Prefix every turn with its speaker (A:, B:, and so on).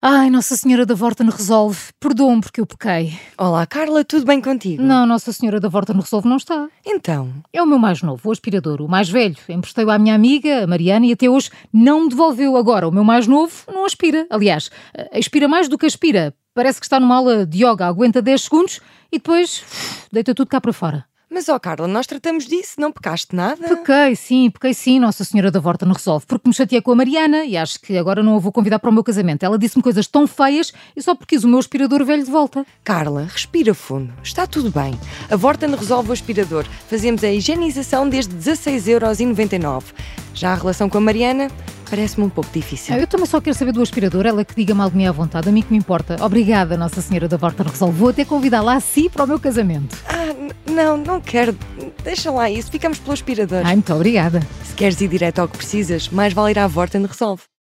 A: Ai, Nossa Senhora da Vorta não resolve. Perdoa-me porque eu pequei.
B: Olá, Carla, tudo bem contigo?
A: Não, Nossa Senhora da Vorta não resolve não está.
B: Então,
A: É o meu mais novo, o aspirador, o mais velho. Emprestei-o à minha amiga, a Mariana, e até hoje não me devolveu. Agora, o meu mais novo não aspira. Aliás, eh, aspira mais do que aspira. Parece que está numa aula de yoga, aguenta 10 segundos e depois uf, deita tudo cá para fora.
B: mas ó Carla, nós tratamos disso, não pecaste nada?
A: Pequei, sim, pequei sim, Nossa Senhora da Vorta não resolve, porque me chateei com a Mariana e acho que agora não a vou convidar para o meu casamento. Ela disse-me coisas tão feias e só porque quis o meu aspirador velho de volta.
B: Carla, respira fundo, está tudo bem. A Vorten resolve o aspirador, fazemos a higienização desde 16,99€. Já a relação com a Mariana parece-me um pouco difícil.
A: Ah, Eu também só quero saber do aspirador, ela é que diga mal de mim à vontade, a mim que me importa. Obrigada, Nossa Senhora da Vorta não resolve. Vou até convidá-la a si para o meu casamento.
B: Ah, n- não, não quero, deixa lá isso, ficamos pelo aspirador.
A: Ai, Ah, muito obrigada.
B: Se queres ir direto ao que precisas, mais vale ir à Vorten resolve.